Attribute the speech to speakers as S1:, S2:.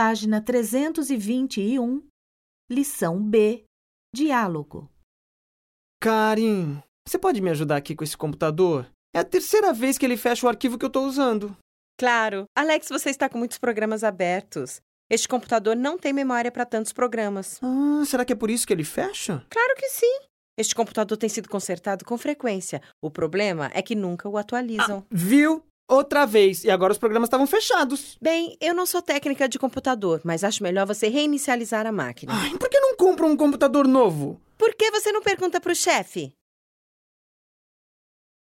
S1: Página 321, lição B, diálogo.
S2: Karin, você pode me ajudar aqui com esse computador? É a terceira vez que ele fecha o arquivo que eu estou usando.
S3: Claro, Alex, você está com muitos programas abertos. Este computador não tem memória para tantos programas.
S2: Ah, será que é por isso que ele fecha?
S3: Claro que sim. Este computador tem sido consertado com frequência. O problema é que nunca o atualizam.
S2: Viu? Outra vez. E agora os programas estavam fechados.
S3: Bem, eu não sou técnica de computador, mas acho melhor você reinicializar a máquina.
S2: Ai, por que não compra um computador novo?
S3: Por que você não pergunta para o chefe?